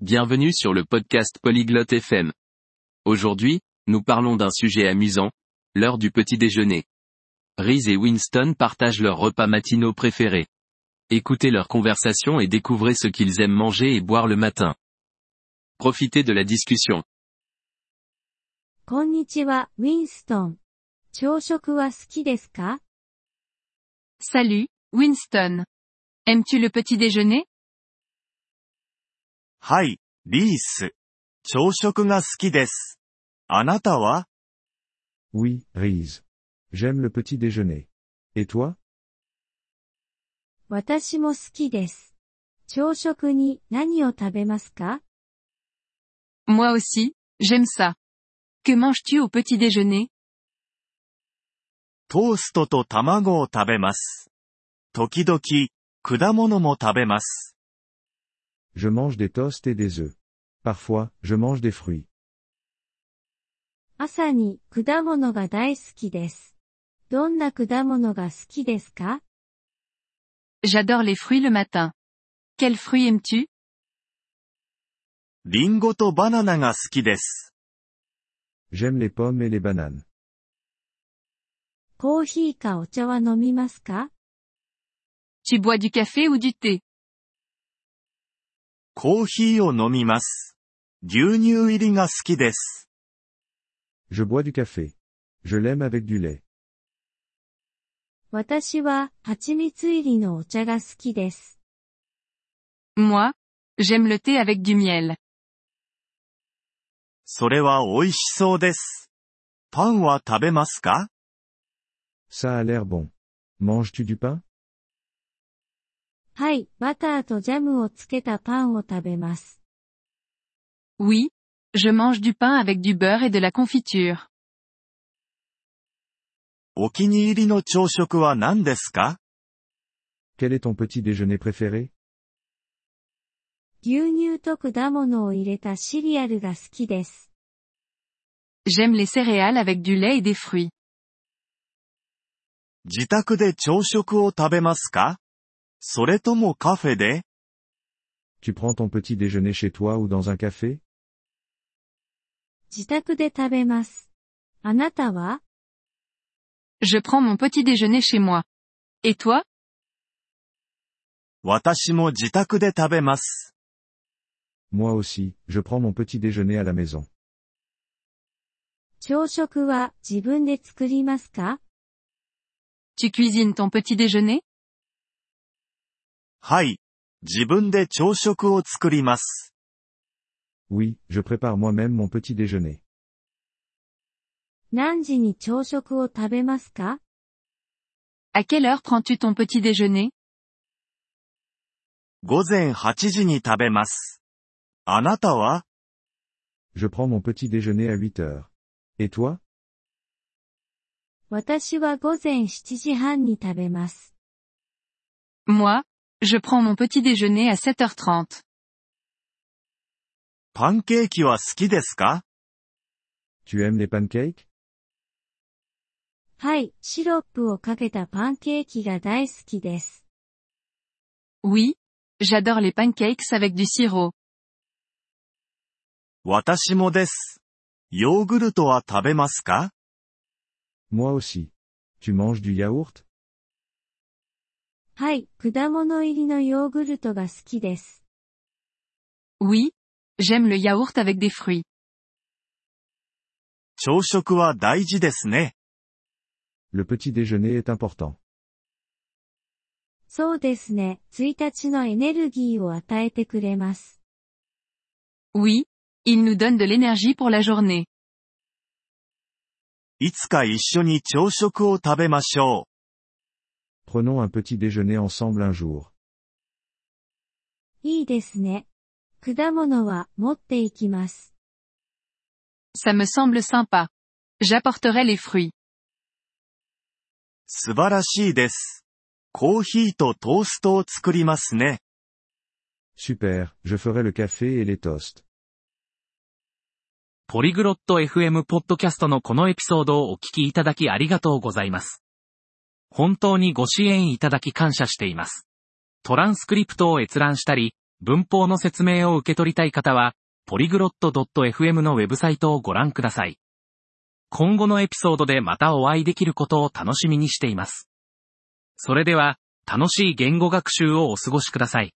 Bienvenue sur le podcast Polyglotte FM. Aujourd'hui, nous parlons d'un sujet amusant, l'heure du petit déjeuner. Reese et Winston partagent leurs repas matinaux préférés. Écoutez leur conversation et découvrez ce qu'ils aiment manger et boire le matin. Profitez de la discussion. こんにちは、ウィンストン。朝食は好きですか Salut, Winston. Aimes-tu le petit déjeuner はい、リース。朝食が好きです。あなたは Oui, Reese. J'aime le petit déjeuner. Et toi 私も好きです。朝食に何を食べますか Moi aussi, j'aime ça. Que manges-tu au petit déjeuner トーストと卵を食べます。時々、果物も食べます。 Je mange des toasts et des œufs. Parfois, je mange des fruits. 朝に果物が大好きです。どんな果物が好きですか J'adore les fruits le matin. Quels fruits aimes-tu リンゴとバナナが好きです。 J'aime les pommes et les bananes. コーヒーかお茶は飲みますか Tu bois du café ou du thé コーヒーを飲みます。牛乳入りが好きです。 Je bois du café. Je l'aime avec du lait. 私は蜂蜜入りのお茶が好きです。 Moi, j'aime le thé avec du miel. それは美味しそうです。パンは食べますか Ça a l'air bon. Manges-tu du pain はい、バターとジャムをつけたパンを食べます。 Oui, je mange du pain avec du beurre et de la confiture. お気に入りの朝食は何ですか Quel est ton petit déjeuner préféré 牛乳と果物を入れたシリアルが好きです。 J'aime les céréales avec du lait et des fruits. 自宅で朝食を食べますかそれともカフェで Tu prends ton petit déjeuner chez toi ou dans un café 自宅で食べます。あなたは Je prends mon petit déjeuner chez moi. Et toi 私も自宅で食べます。 Moi aussi, je prends mon petit déjeuner à la maison. 朝食は自分で作りますか Tu cuisines ton petit déjeuner はい。自分で朝食を作ります。 Oui, je prépare moi-même mon petit déjeuner. 何時に朝食を食べますか À quelle heure prends-tu ton petit déjeuner 午前8時に食べます。あなたは Je prends mon petit déjeuner à 8 heures. Et toi 私は午前7時半に食べます。 Moi, je prends mon petit déjeuner à 7h30. パンケーキは好きですか Tu aimes les pancakes はい、シロップをかけたパンケーキが大好きです。 Oui, j'adore les pancakes avec du sirop. 私もです。ヨーグルトは食べますか Moi aussi. Tu manges du yaourt はい、果物入りのヨーグルトが好きです。 Oui, j'aime le yaourt avec des fruits. 朝食は大事ですね。 Le petit déjeuner est important. そうですね、1日のエネルギーを与えてくれます。 Oui, il nous donne de l'énergie pour la journée. いつか一緒に朝食を食べましょう。 Prenons un petit déjeuner ensemble un jour. いいですね。果物は持っていきます。 Ça me semble sympa. J'apporterai les fruits. 素晴らしいです。コーヒーとトーストを作りますね。 Super, je ferai le café et les toasts. ポリグロット FM ポッドキャストのこのエピソードをお聞きいただきありがとうございます。本当にご支援いただき感謝しています。トランスクリプトを閲覧したり、文法の説明を受け取りたい方は、ポリグロット .fm のウェブサイトをご覧ください。今後のエピソードでまたお会いできることを楽しみにしています。それでは、楽しい言語学習をお過ごしください。